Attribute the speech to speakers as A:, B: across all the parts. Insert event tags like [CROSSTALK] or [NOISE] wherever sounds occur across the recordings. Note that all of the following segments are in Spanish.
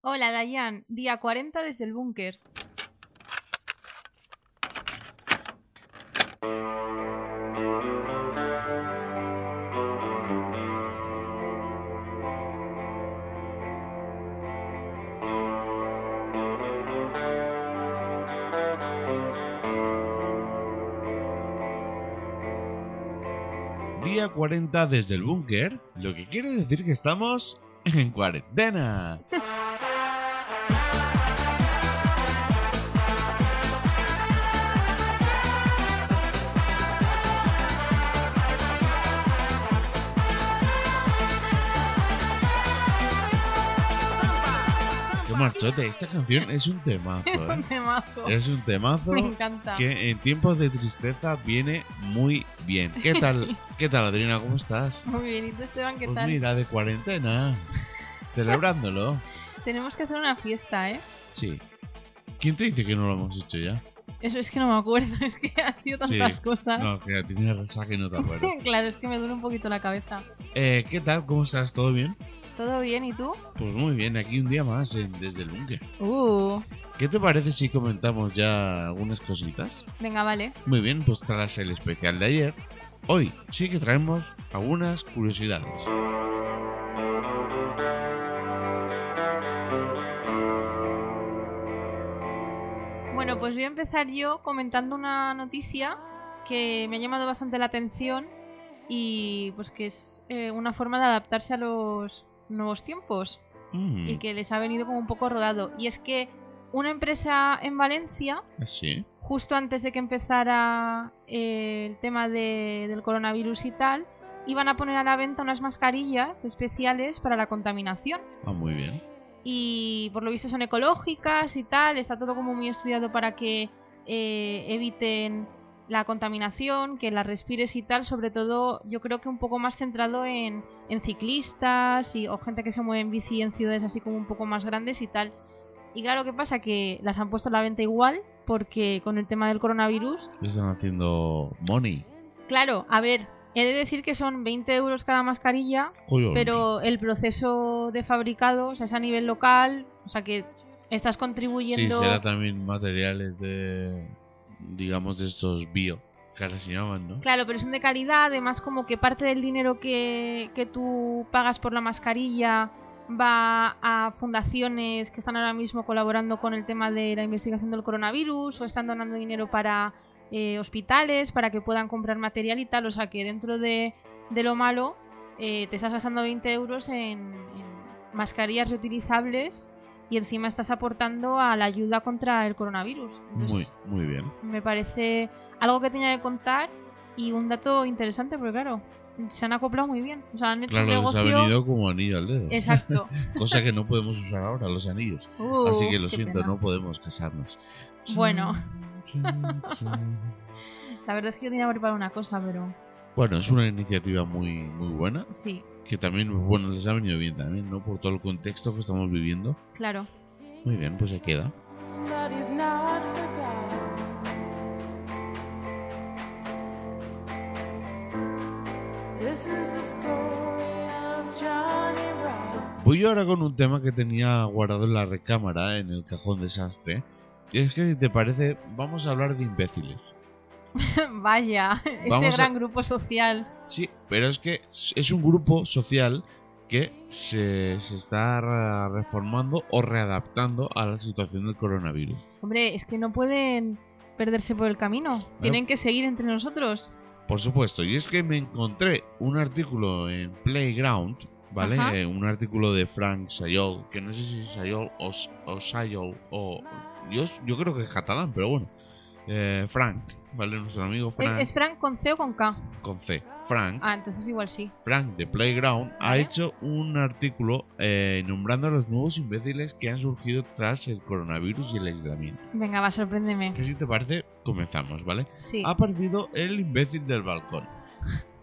A: Hola, Dayan. Día 40 desde el búnker.
B: Día 40 desde el búnker, lo que quiere decir que estamos en cuarentena. Qué marchote,
A: [LAUGHS]
B: esta canción es un
A: Es
B: temazo.
A: un
B: ¿eh?
A: temazo.
B: Es un temazo
A: Me encanta.
B: que en tiempos de tristeza viene muy bien.
A: [LAUGHS]
B: ¿Qué tal?
A: Sí.
B: ¿Qué tal, Adriana? ¿Cómo estás?
A: Muy bien, ¿y tú, Esteban, qué
B: Pues
A: tal?
B: mira, de cuarentena. Celebrándolo.
A: Tenemos que hacer una fiesta, ¿eh?
B: Sí. ¿Quién te dice que no lo hemos hecho ya?
A: Eso es que no me acuerdo, [LAUGHS] es que han sido
B: Sí.
A: tantas cosas.
B: No, que tienes resaca y no te
A: [LAUGHS]
B: acuerdas.
A: claro, es que me duele un poquito la cabeza.
B: Eh, ¿Qué tal? ¿Cómo estás? ¿Todo bien?
A: ¿Todo bien? ¿Y tú?
B: Pues muy bien, aquí un día más en Desde el Búnker.
A: Uh,
B: ¿Qué te parece si comentamos ya algunas cositas?
A: venga, vale.
B: Muy bien, pues tras el especial de ayer, hoy sí que traemos algunas curiosidades.
A: Bueno, pues voy a empezar yo comentando una noticia que me ha llamado bastante la atención y pues que es eh, una forma de adaptarse a los nuevos tiempos
B: Mm,
A: y que les ha venido como un poco rodado. Y es que una empresa en Valencia,
B: ¿Sí?
A: justo antes de que empezara eh, el tema de- del coronavirus y tal, iban a poner a la venta unas mascarillas especiales para la contaminación
B: Ah, muy bien.
A: y por lo visto son ecológicas y tal, está todo como muy estudiado para que eh, eviten la contaminación, que la respires y tal, sobre todo yo creo que un poco más centrado en, en ciclistas y, o gente que se mueve en bici en ciudades así como un poco más grandes y tal. Y claro, ¿qué pasa? Que las han puesto a la venta igual porque con el tema del coronavirus,
B: Están haciendo money.
A: claro, a ver, he de decir que son 20 euros cada mascarilla,
B: Coño,
A: pero el proceso de fabricado o sea, es a nivel local, o sea que estás
B: Sí,
A: contribuyendo.
B: será también materiales de, digamos, de estos bio, que ahora se llaman, ¿no?
A: Claro, pero son de calidad, además como que parte del dinero que, que tú pagas por la mascarilla va a fundaciones que están ahora mismo colaborando con el tema de la investigación del coronavirus o están donando dinero para eh, hospitales, para que puedan comprar material y tal, o sea que dentro de, de lo malo eh, te estás gastando 20 euros en, en mascarillas reutilizables y encima estás aportando a la ayuda contra el coronavirus. Entonces,
B: Muy, muy bien.
A: me parece algo que tenía que contar y un dato interesante porque claro, se han acoplado muy bien. O sea, han hecho un
B: Claro, les ha
A: negocio.
B: venido como anillo al dedo.
A: [LAUGHS]
B: [LAUGHS]
A: Exacto.
B: Cosa que no podemos usar ahora, los anillos.
A: Uh,
B: Así que lo
A: qué
B: siento,
A: pena.
B: no podemos casarnos.
A: Bueno. La verdad es que yo tenía preparado una cosa, pero
B: bueno, es una iniciativa muy, muy buena,
A: sí,
B: que también, bueno, les ha venido bien también, ¿no? Por todo el contexto que estamos viviendo.
A: claro. [LAUGHS]
B: Muy bien, pues se queda.
C: that is not forgotten. This is the story of Johnny Rock.
B: Voy yo ahora con un tema que tenía guardado en la recámara, en el cajón desastre. Y es que, si te parece, vamos a hablar de imbéciles.
A: Vaya, ese
B: Vamos a-
A: gran grupo social.
B: Sí, pero es que es un grupo social que se, se está reformando o readaptando a la situación del coronavirus.
A: Hombre, es que no pueden perderse por el camino. Tienen que seguir entre nosotros.
B: Por supuesto, y es que me encontré un artículo en Playground, ¿vale?
A: Ajá.
B: Eh, un artículo de Frank Sayol, que no sé si es Sayol o, S- o Sayol o... Yo, yo creo que es catalán, pero bueno. Eh, Frank, ¿vale? Nuestro amigo Frank
A: ¿Es Frank con C o con K?
B: con C. Frank,
A: Ah, entonces igual sí.
B: Frank de Playground ha
A: Vale.
B: hecho un artículo eh, nombrando a los nuevos imbéciles que han surgido tras el coronavirus y el aislamiento.
A: Venga, va, sorpréndeme.
B: Que si te parece, comenzamos, ¿vale?
A: Sí.
B: ha perdido el imbécil del balcón.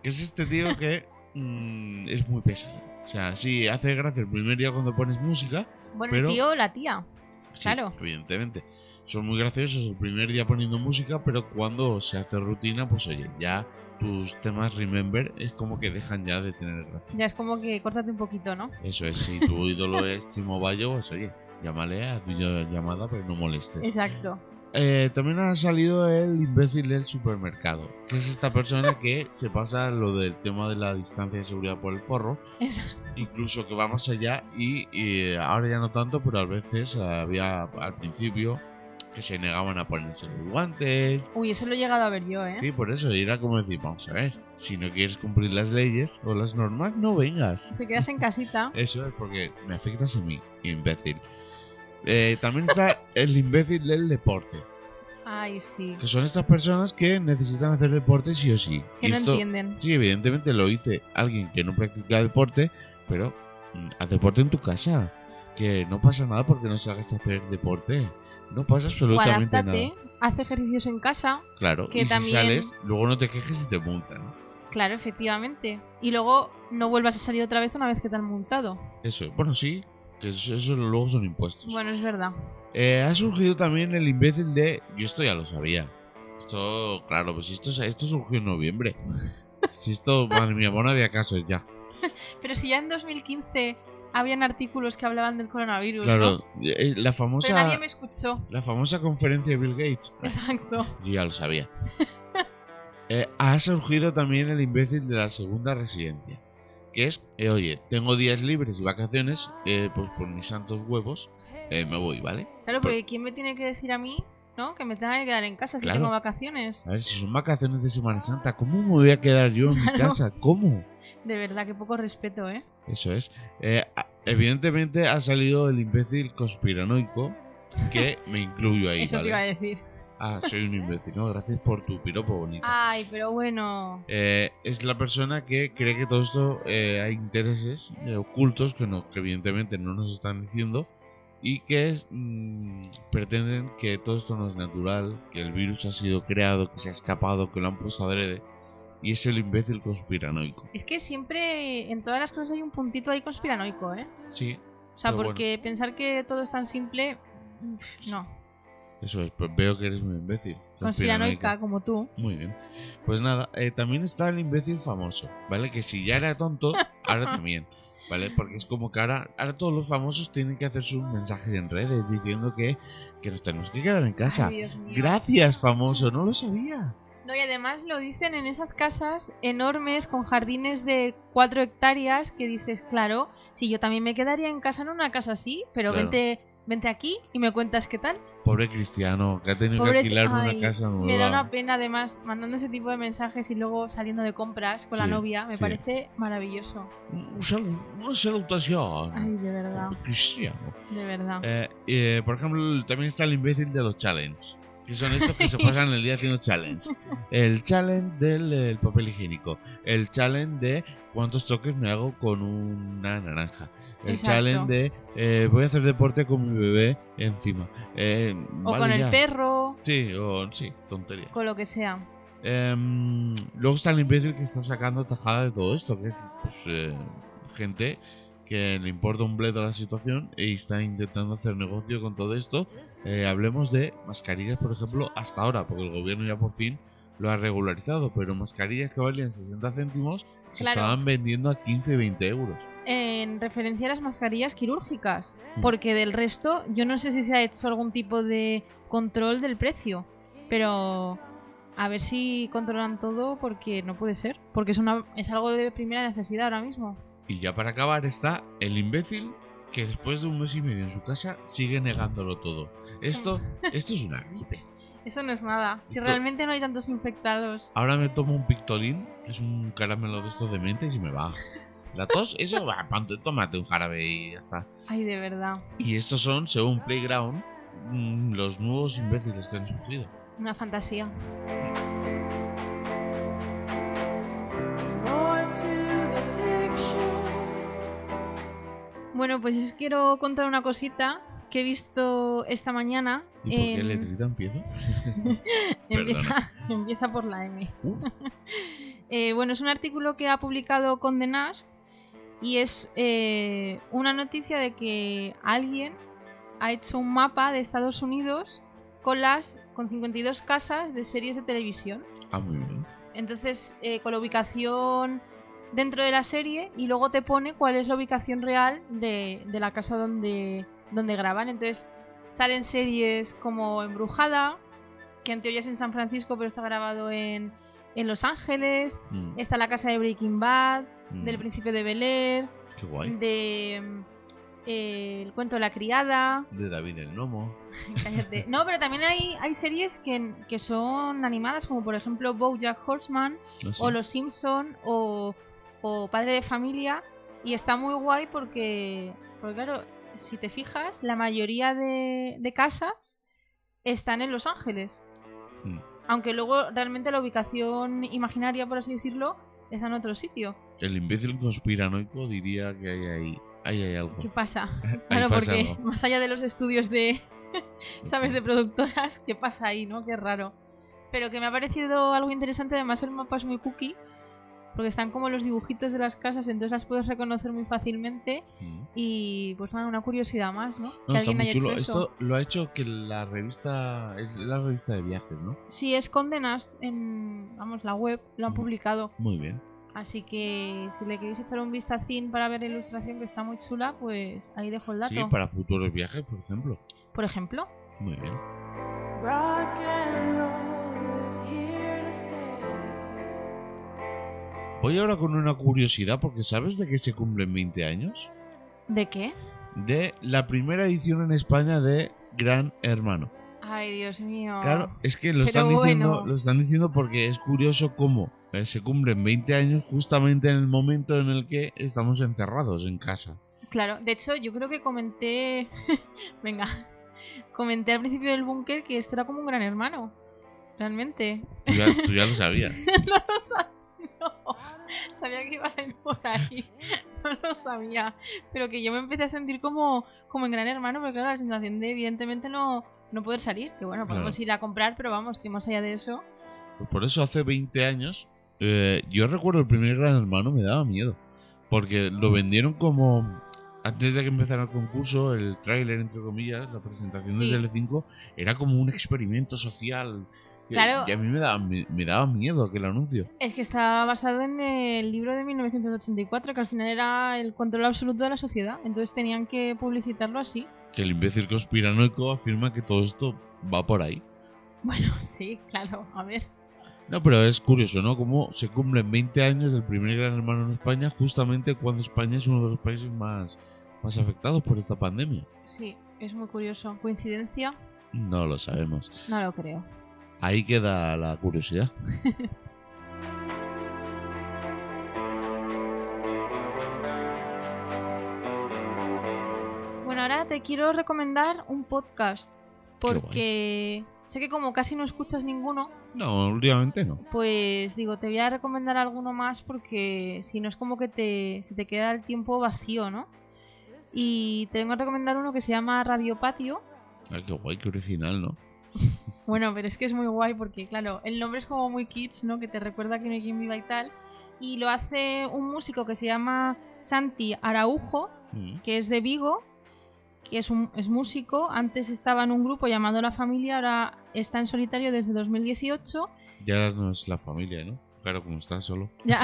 B: Que es este tío
A: [LAUGHS]
B: que mm, es muy pesado. O sea, sí, hace gracia el primer día cuando pones música.
A: bueno,
B: pero-
A: el tío o la tía.
B: Sí,
A: Claro.
B: Evidentemente. Son muy graciosos el primer día poniendo música, pero cuando se hace rutina, pues oye, ya tus temas Remember es como que dejan ya de tener gracia.
A: Ya es como que córtate un poquito, ¿no? [LAUGHS]
B: Eso es, si tu ídolo es Chimo Bayo, pues oye, Llámale a videollamada, pero no molestes.
A: Exacto.
B: Eh, también ha salido el imbécil del supermercado, que es esta persona que se pasa lo del tema de la distancia de seguridad por el forro,
A: Exacto.
B: incluso que va más allá y, y eh, ahora ya no tanto, pero a veces había al principio que se negaban a ponerse los guantes.
A: Uy, eso lo he llegado a ver yo, ¿eh?
B: Sí, por eso, y era como decir, vamos a ver, si no quieres cumplir las leyes o las normas, no vengas.
A: Te quedas en casita.
B: Eso es porque me afectas a mí, imbécil. Eh, también está el imbécil del deporte.
A: Ay, sí.
B: Que son estas personas que necesitan hacer deporte sí o sí.
A: Que
B: Y
A: no
B: esto-
A: entienden.
B: Sí, evidentemente lo hice alguien que no practica deporte, pero mm, haz deporte en tu casa. Que no pasa nada porque no salgas a hacer deporte. No pasa
A: O
B: absolutamente
A: adáptate,
B: nada.
A: haz ejercicios en casa.
B: Claro,
A: que
B: y si
A: también-
B: sales, luego no te quejes y te multan.
A: Claro, efectivamente. Y luego no vuelvas a salir otra vez una vez que te han multado.
B: Eso, bueno, sí, que eso, eso luego son impuestos.
A: Bueno, es verdad.
B: Eh, ha surgido también el imbécil de. Yo esto ya lo sabía. Esto, claro, pues esto, esto surgió
A: [LAUGHS]
B: en noviembre. Si esto, madre mía, bueno, de acaso es ya.
A: Pero si ya en 2015 habían artículos que hablaban del coronavirus, ¿no?
B: Claro, eh, la
A: Pero
B: famosa,
A: nadie me escuchó.
B: [LAUGHS] la famosa conferencia de
A: [LAUGHS]
B: Bill Gates.
A: Exacto.
B: Yo ya
A: [LAUGHS]
B: lo sabía. Eh, ha surgido también el imbécil de la segunda residencia. Que es, eh, oye, tengo días libres y vacaciones, eh, pues por mis santos huevos eh, me voy, ¿vale?
A: Claro, porque ¿quién me tiene que decir a mí, no? Que me tenga que quedar en casa si
B: Claro.
A: tengo vacaciones.
B: A ver, si son vacaciones de Semana Santa, ¿cómo me voy a quedar yo en mi casa? ¿Cómo?
A: De verdad, que poco respeto, ¿eh?
B: Eso es. Eh, a- evidentemente ha salido el imbécil conspiranoico, que me incluyo ahí,
A: Eso te iba a
B: ¿vale?
A: decir.
B: Ah, soy un imbécil, ¿no? Gracias por tu piropo bonito.
A: Ay, pero bueno.
B: Eh, es la persona que cree que todo esto eh, hay intereses eh, ocultos que, no, que evidentemente no nos están diciendo y que mm, pretenden que todo esto no es natural, que el virus ha sido creado, que se ha escapado, que lo han puesto adrede y es el imbécil conspiranoico.
A: Es que siempre en todas las cosas hay un puntito ahí conspiranoico, ¿eh?
B: Sí,
A: O sea,
B: Pero bueno.
A: porque pensar que todo es tan simple, mm, no.
B: eso es, pues veo que eres un imbécil.
A: Conspiranoica como tú.
B: Muy bien. Pues nada, eh, también está el imbécil famoso, ¿vale? Que si ya era tonto, ahora también, ¿vale? Porque es como que ahora, ahora todos los famosos tienen que hacer sus mensajes en redes diciendo que, que nos tenemos que quedar en casa.
A: Ay, Dios mío.
B: Gracias, famoso, no lo sabía.
A: No, y además lo dicen en esas casas enormes con jardines de 4 hectáreas que dices, claro, si yo también me quedaría en casa en una casa así, pero
B: Claro.
A: vente, vente aquí y me cuentas qué tal.
B: Pobre Cristiano, que ha tenido
A: Pobre-
B: que alquilar
A: ay,
B: una casa nueva.
A: Me da una pena además mandando ese tipo de mensajes y luego saliendo de compras con la
B: Sí,
A: novia, me
B: sí.
A: parece maravilloso.
B: Un- un salu- una salutación.
A: Ay, de verdad,
B: Cristiano.
A: de verdad.
B: Eh, eh, por ejemplo, también está el imbécil de los challenge. Que son estos
A: [LAUGHS]
B: que se pasan el día haciendo challenge. El challenge del eh, papel higiénico. El challenge de cuántos toques me hago con una naranja. El
A: Exacto.
B: challenge de eh, voy a hacer deporte con mi bebé encima. Eh,
A: o
B: vale
A: con el
B: ya.
A: perro,
B: Sí, o sí, tontería.
A: con lo que sea.
B: Em, luego está el imbécil que está sacando tajada de todo esto, que es pues, eh, gente que le importa un bledo la situación y está intentando hacer negocio con todo esto. Eh, hablemos de mascarillas, por ejemplo, hasta ahora, porque el gobierno ya por fin lo ha regularizado, pero mascarillas que valían 60 céntimos se
A: Claro.
B: estaban vendiendo a 15, 20 euros.
A: en referencia a las mascarillas quirúrgicas,
B: Mm.
A: porque del resto yo no sé si se ha hecho algún tipo de control del precio, pero a ver si controlan todo porque no puede ser, porque es, una, es algo de primera necesidad ahora mismo.
B: Y ya para acabar está el imbécil que después de un mes y medio en su casa sigue negándolo todo. Esto, esto es una gripe.
A: Eso no es nada, si
B: Esto-
A: realmente no hay tantos infectados.
B: Ahora me tomo un pictolín, que es un caramelo de estos de menta y se me va. La tos, eso va, panto, tómate un jarabe y ya está.
A: Ay, de verdad,
B: Y estos son, según Playground, mm, los nuevos imbéciles que han surgido.
A: una fantasía.
C: There's more to the picture.
A: Bueno, pues yo os quiero contar una cosita que he visto esta mañana.
B: ¿Y por qué
A: en-
B: letrita empiezo?
A: empieza, [LAUGHS] empieza por la M.
B: Uh.
A: [LAUGHS] Eh, bueno, es un artículo que ha publicado Conde Nast y es eh, una noticia de que alguien ha hecho un mapa de Estados Unidos con las con 52 casas de series de televisión.
B: Ah, muy bien.
A: Entonces, eh, con la ubicación dentro de la serie y luego te pone cuál es la ubicación real de, de la casa donde, donde graban. Entonces salen series como Embrujada, que en teoría es en San Francisco, pero está grabado en, en Los Ángeles.
B: Mm,
A: Está la casa de Breaking Bad,
B: mm,
A: del Príncipe de Bel Air,
B: Qué guay.
A: de mm, eh, El cuento de la criada. [LAUGHS]
B: De David el Nomo.
A: Cállate. No, pero también hay, hay series que, que son animadas, como por ejemplo Bojack Horseman,
B: ¿Ah,
A: o Los Simpson, o, o Padre de Familia. Y está muy guay porque, porque claro, si te fijas, la mayoría de, de casas están en Los Ángeles.
B: Mm.
A: Aunque luego realmente la ubicación imaginaria, por así decirlo, está en otro sitio.
B: El imbécil conspiranoico diría que hay ahí, ahí hay algo.
A: ¿Qué pasa?
B: [LAUGHS] Ahí
A: Claro,
B: pasa
A: porque
B: algo.
A: más allá de los estudios de, ¿sabes? De productoras, [LAUGHS] ¿qué pasa ahí, no? Qué raro. Pero que me ha parecido algo interesante, además el mapa es muy cookie, porque están como los dibujitos de las casas, entonces las puedes reconocer muy fácilmente
B: Mm.
A: y pues nada, una curiosidad más, ¿no?
B: No,
A: que
B: está
A: alguien
B: muy
A: haya
B: chulo.
A: hecho eso.
B: Esto lo ha hecho que la revista. Es la revista de viajes, ¿no?
A: Sí, es Condenast en, vamos, la web, lo han
B: Ujú.
A: publicado,
B: Muy bien.
A: así que si le queréis echar un vistacín para ver la ilustración que está muy chula, pues ahí dejo el dato.
B: Sí, para futuros viajes, por ejemplo.
A: Por ejemplo,
B: Muy bien.
C: Rock and roll is here to stay.
B: Voy ahora con una curiosidad, porque ¿sabes de qué se cumplen 20 años?
A: ¿de qué?
B: De la primera edición en España de Gran Hermano.
A: Ay, Dios mío.
B: Claro, es que lo
A: Ah, Pero
B: están, diciendo,
A: bueno.
B: lo están diciendo porque es curioso cómo eh, se cumplen 20 años justamente en el momento en el que estamos encerrados en casa.
A: Claro, de hecho, yo creo que comenté. [LAUGHS] Venga, comenté al principio del búnker que esto era como un gran hermano. Realmente. [LAUGHS]
B: Tú ya, tú ya lo sabías.
A: No lo sabía. Sabía que ibas a ir por ahí. [LAUGHS] No lo sabía. Pero que yo me empecé a sentir como, como en gran hermano, pero claro, la sensación de evidentemente no, no poder salir. Que bueno,
B: Claro.
A: podemos ir a comprar, pero vamos, que más allá de eso.
B: Pues por eso hace 20 años, eh, yo recuerdo el primer Gran Hermano me daba miedo. Porque lo
A: Ah.
B: vendieron como, antes de que empezara el concurso, el tráiler, entre comillas, la presentación
A: Sí.
B: de Telecinco, era como un experimento social. que-
A: Claro.
B: Y a mí me daba, me, me daba miedo aquel anuncio.
A: Es que está basado en el libro de 1984, que al final era el control absoluto de la sociedad. Entonces tenían que publicitarlo así.
B: Que el imbécil conspiranoico afirma que todo esto va por ahí.
A: Bueno, [LAUGHS] sí, claro, a ver.
B: No, pero es curioso, ¿no? Cómo se cumplen 20 años del primer Gran Hermano en España, justamente cuando España es uno de los países más, más afectados por esta pandemia.
A: Sí, es muy curioso. ¿Coincidencia?
B: No lo sabemos.
A: No lo creo.
B: Ahí queda la curiosidad.
A: Bueno, ahora te quiero recomendar un podcast.
B: guay.
A: Porque sé que como casi no escuchas ninguno,
B: No, últimamente no.
A: pues digo, te voy a recomendar alguno más porque si no es como que te, se te queda el tiempo vacío, ¿no? Y te vengo a recomendar uno que se llama Radio Patio.
B: Ay, Ah, qué guay, qué original, ¿no?
A: Bueno, pero es que es muy guay porque, claro, el nombre es como muy kitsch, ¿no? Que te recuerda que no hay quien viva y tal. Y lo hace un músico que se llama Santi Araujo,
B: Mm.
A: que es de Vigo, que es, un, es músico. Antes estaba en un grupo llamado La Familia, ahora está en solitario desde 2018.
B: Ya no es la familia, ¿no? Claro, como está [LAUGHS] solo.
A: [LAUGHS] Ya,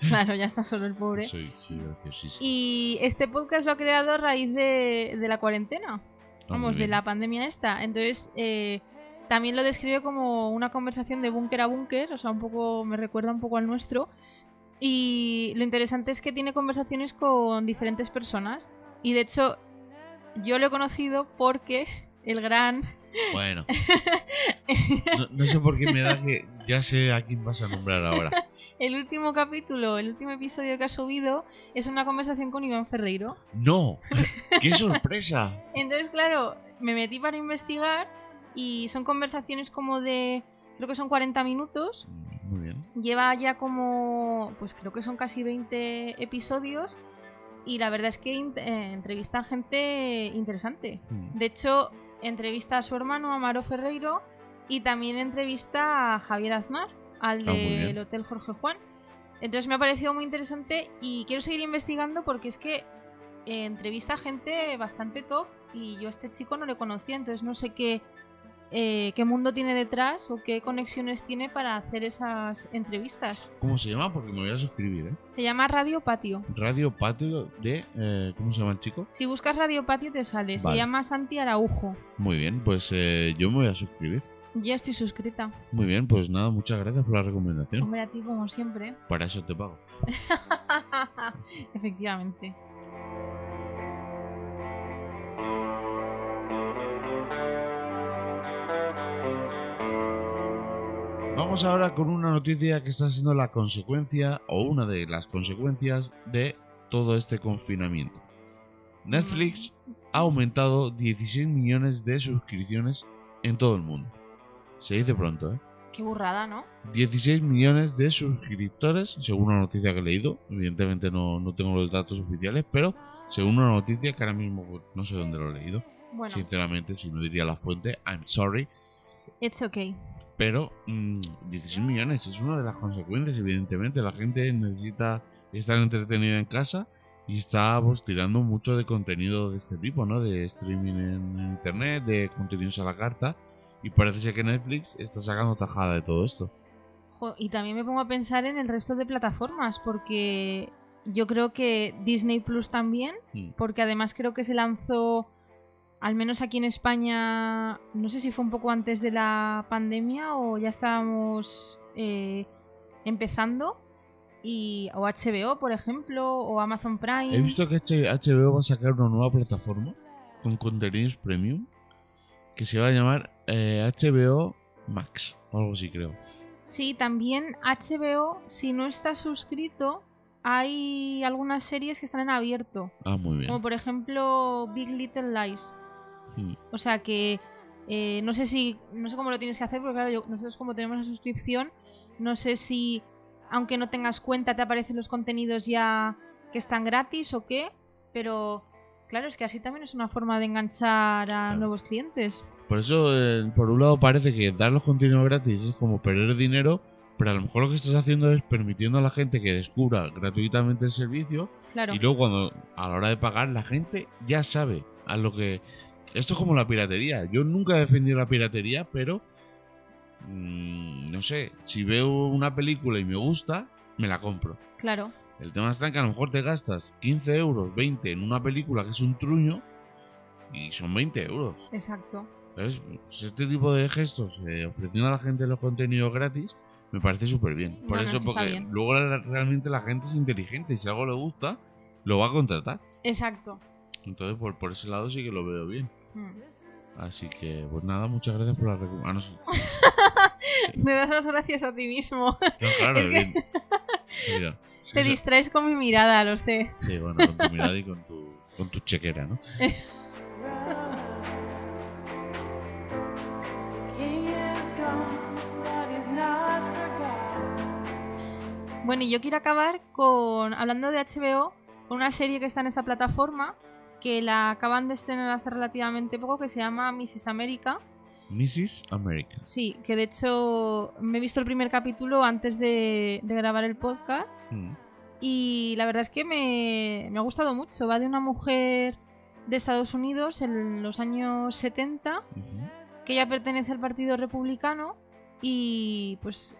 A: claro, ya está solo el pobre.
B: Soy, sí, graciosísimo.
A: Y este podcast lo ha creado a raíz de, de la cuarentena,
B: Ah, muy
A: vamos, de
B: bien.
A: la pandemia esta. Entonces, eh, también lo describe como una conversación de búnker a búnker, o sea, un poco, me recuerda un poco al nuestro. Y lo interesante es que tiene conversaciones con diferentes personas. Y de hecho, yo lo he conocido porque el gran [LAUGHS]
B: Bueno, no, no sé por qué me da que ya sé a quién vas a nombrar ahora.
A: El último capítulo, el último episodio que ha subido es una conversación con Iván Ferreiro.
B: ¡No! ¡Qué sorpresa!
A: Entonces, claro, me metí para investigar y son conversaciones como de, creo que son 40 minutos.
B: Mm, Muy bien.
A: Lleva ya como, pues creo que son casi 20 episodios y la verdad es que in- eh, entrevista a gente interesante.
B: Mm.
A: De hecho, entrevista a su hermano, Amaro Ferreiro, y también entrevista a Javier Aznar, al
B: Ah, muy bien.
A: del Hotel Jorge Juan. Entonces me ha parecido muy interesante y quiero seguir investigando porque es que eh, entrevista a gente bastante top y yo a este chico no le conocía, entonces no sé qué, eh, qué mundo tiene detrás o qué conexiones tiene para hacer esas entrevistas.
B: ¿Cómo se llama? Porque me voy a suscribir, ¿eh?
A: Se llama Radio Patio.
B: Radio Patio de... eh, ¿Cómo se llama el chico?
A: Si buscas Radio Patio te sale. Se
B: Vale.
A: llama Santi Araujo.
B: Muy bien, pues eh, yo me voy a suscribir.
A: Ya estoy suscrita.
B: Muy bien, pues nada, muchas gracias por la recomendación.
A: Hombre, a ti como siempre.
B: Para eso te pago.
A: [LAUGHS] Efectivamente.
B: Vamos ahora con una noticia que está siendo la consecuencia o una de las consecuencias de todo este confinamiento. Netflix ha aumentado 16 millones de suscripciones en todo el mundo. Se dice pronto, ¿eh?
A: Qué burrada, ¿no?
B: 16 millones de suscriptores, según una noticia que he leído. Evidentemente no, no tengo los datos oficiales, pero según una noticia que ahora mismo pues, no sé dónde lo he leído.
A: Bueno,
B: Sinceramente, si no diría la fuente, I'm sorry.
A: it's okay.
B: Pero mm, 16 millones es una de las consecuencias, evidentemente. La gente necesita estar entretenida en casa y está pues, tirando mucho de contenido de este tipo, ¿no? De streaming en internet, de contenidos a la carta. Y parece ser que Netflix está sacando tajada de todo esto.
A: Jo, Y también me pongo a pensar en el resto de plataformas, porque yo creo que Disney Plus también,
B: Mm.
A: porque además creo que se lanzó, al menos aquí en España, no sé si fue un poco antes de la pandemia o ya estábamos eh, empezando, y, o HBO, por ejemplo, o Amazon Prime.
B: He visto que este H- HBO va a sacar una nueva plataforma con contenidos premium que se va a llamar eh, HBO Max o algo así, creo.
A: Sí, también HBO, si no estás suscrito, hay algunas series que están en abierto,
B: Ah, muy
A: como
B: bien.
A: por ejemplo Big Little Lies.
B: Mm.
A: O sea que eh, no sé si no sé cómo lo tienes que hacer, porque claro, yo- nosotros como tenemos la suscripción, no sé si aunque no tengas cuenta te aparecen los contenidos ya que están gratis o qué, pero claro, es que así también es una forma de enganchar a
B: Claro.
A: nuevos clientes.
B: Por eso, eh, por un lado, parece que dar los contenidos gratis es como perder dinero, pero a lo mejor lo que estás haciendo es permitiendo a la gente que descubra gratuitamente el servicio
A: Claro.
B: y luego cuando a la hora de pagar la gente ya sabe a lo que... Esto es como la piratería. Yo nunca he defendido la piratería, pero... mm, no sé, si veo una película y me gusta, me la compro.
A: Claro.
B: El tema está en que a lo mejor te gastas 15 euros, 20 en una película que es un truño y son 20 euros.
A: Exacto.
B: ¿Sabes? Pues este tipo de gestos, eh, ofreciendo a la gente los contenidos gratis, me parece súper bien. Por
A: No, no,
B: eso,
A: está
B: porque
A: bien.
B: luego la- realmente la gente es inteligente y si algo le gusta, lo va a contratar.
A: Exacto.
B: Entonces, por, por ese lado sí que lo veo bien.
A: Mm.
B: [LAUGHS] Así que, pues nada, muchas gracias por la recomendación. Ah,
A: [LAUGHS]
B: no, sí, sí,
A: Me das las gracias a ti mismo.
B: no, claro,
A: Es que-
B: bien.
A: [LAUGHS]
B: Mira, es que
A: Te
B: eso-
A: distraes con mi mirada, lo sé.
B: Sí, bueno, con tu mirada y con tu, con tu chequera, ¿no?
C: King is gone, but he's not forgotten.
A: Bueno, y yo quiero acabar con, hablando de HBO, con una serie que está en esa plataforma, que la acaban de estrenar hace relativamente poco, que se llama Mrs. America.
B: Mrs. America.
A: Sí, que de hecho me he visto el primer capítulo antes de, de grabar el podcast
B: Mm.
A: y la verdad es que me, me ha gustado mucho. Va de una mujer de Estados Unidos en los años 70
B: Ujú.
A: que ella pertenece al Partido Republicano y pues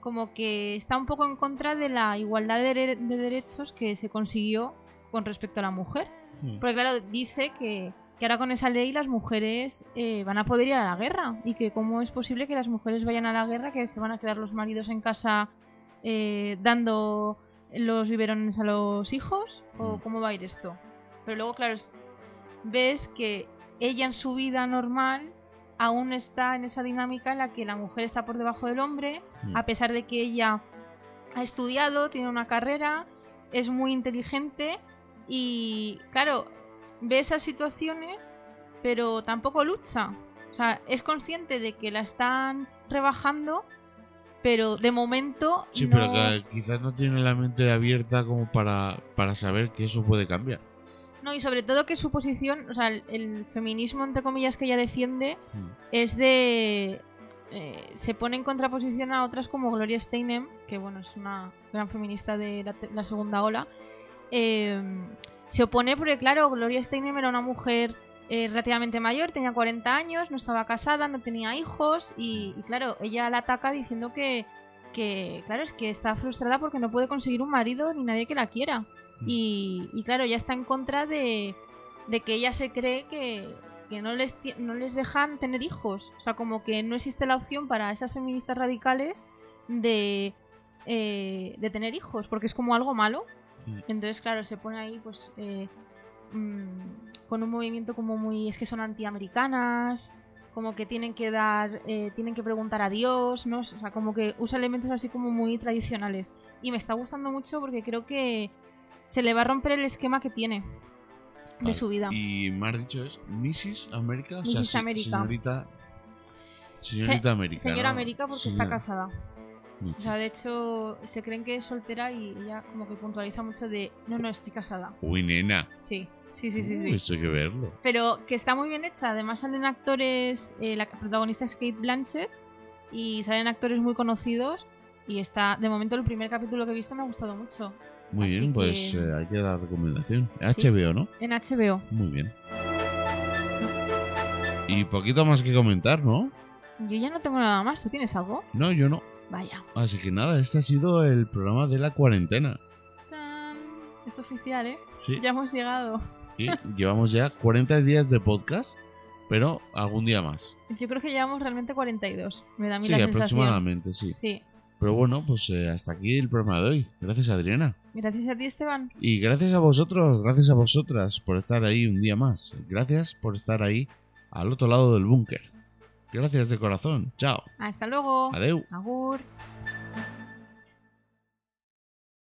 A: como que está un poco en contra de la igualdad de, dere- de derechos que se consiguió con respecto a la mujer.
B: Mm.
A: Porque claro, dice que, que ahora con esa ley las mujeres eh, van a poder ir a la guerra y que cómo es posible que las mujeres vayan a la guerra, que se van a quedar los maridos en casa eh, dando los biberones a los hijos o
B: Mm.
A: cómo va a ir esto. Pero luego, claro, es- ves que ella en su vida normal aún está en esa dinámica en la que la mujer está por debajo del hombre,
B: Mm.
A: a pesar de que ella ha estudiado, tiene una carrera, es muy inteligente y, claro, ve esas situaciones, pero tampoco lucha. O sea, es consciente de que la están rebajando, pero de momento
B: Sí,
A: no...
B: pero que quizás no tiene la mente abierta como para, para saber que eso puede cambiar.
A: No, y sobre todo que su posición, o sea, el, el feminismo, entre comillas, que ella defiende,
B: Mm.
A: es de... eh, se pone en contraposición a otras como Gloria Steinem, que bueno, es una gran feminista de la, te- la Em, segunda ola. Eh, se opone porque, claro, Gloria Steinem era una mujer eh, relativamente mayor, tenía 40 años, no estaba casada, no tenía hijos y, y claro, ella la ataca diciendo que, que, claro, es que está frustrada porque no puede conseguir un marido ni nadie que la quiera. Y, y claro, ya está en contra de, de que ella se cree que, que no, les, ti- no les dejan tener hijos. O sea, como que no existe la opción para esas feministas radicales de, eh, de tener hijos, porque es como algo malo.
B: Sí.
A: Entonces, claro, se pone ahí pues eh, mm, con un movimiento como muy... Es que son antiamericanas, como que tienen que dar... eh, tienen que preguntar a Dios, ¿no? O sea, como que usa elementos así como muy tradicionales. Y me está gustando mucho porque creo que se le va a romper el esquema que tiene de
B: Vale,
A: su vida.
B: Y me has dicho es Mrs. América, o sea,
A: Mrs.
B: se-
A: América.
B: señorita. Señorita América.
A: Señora
B: ¿no?
A: América porque está
B: Señora-
A: casada. O sea, de hecho, se creen que es soltera y ella como que puntualiza mucho de, no, no, estoy casada.
B: Uy, nena.
A: Sí, sí, sí, sí.
B: Uh,
A: sí.
B: Eso hay que verlo.
A: Pero que está muy bien hecha. Además salen actores, eh, la protagonista es Kate Blanchett y salen actores muy conocidos. Y está, de momento, el primer capítulo que he visto me ha gustado mucho.
B: Muy
A: Así
B: bien, pues
A: que-
B: eh, hay que dar recomendación.
A: Sí.
B: HBO, ¿no?
A: En HBO.
B: Muy bien. Y poquito más que comentar, ¿no?
A: Yo ya no tengo nada más. ¿Tú tienes algo?
B: No, yo no.
A: Vaya.
B: Así que nada, este ha sido el programa de la cuarentena.
A: Tan. Es oficial, ¿eh?
B: Sí,
A: Ya hemos llegado.
B: sí, llevamos ya 40 días de podcast, pero algún día más.
A: Yo creo que llevamos realmente 42. Me da a mí
B: Sí,
A: la sensación.
B: aproximadamente, sí.
A: Sí.
B: Pero bueno, pues eh, hasta aquí el programa de hoy. Gracias, Adriana.
A: Gracias a ti, Esteban.
B: Y gracias a vosotros, gracias a vosotras por estar ahí un día más. Gracias por estar ahí al otro lado del búnker. Gracias de corazón. Chao.
A: Hasta luego.
B: Adeu.
A: Agur.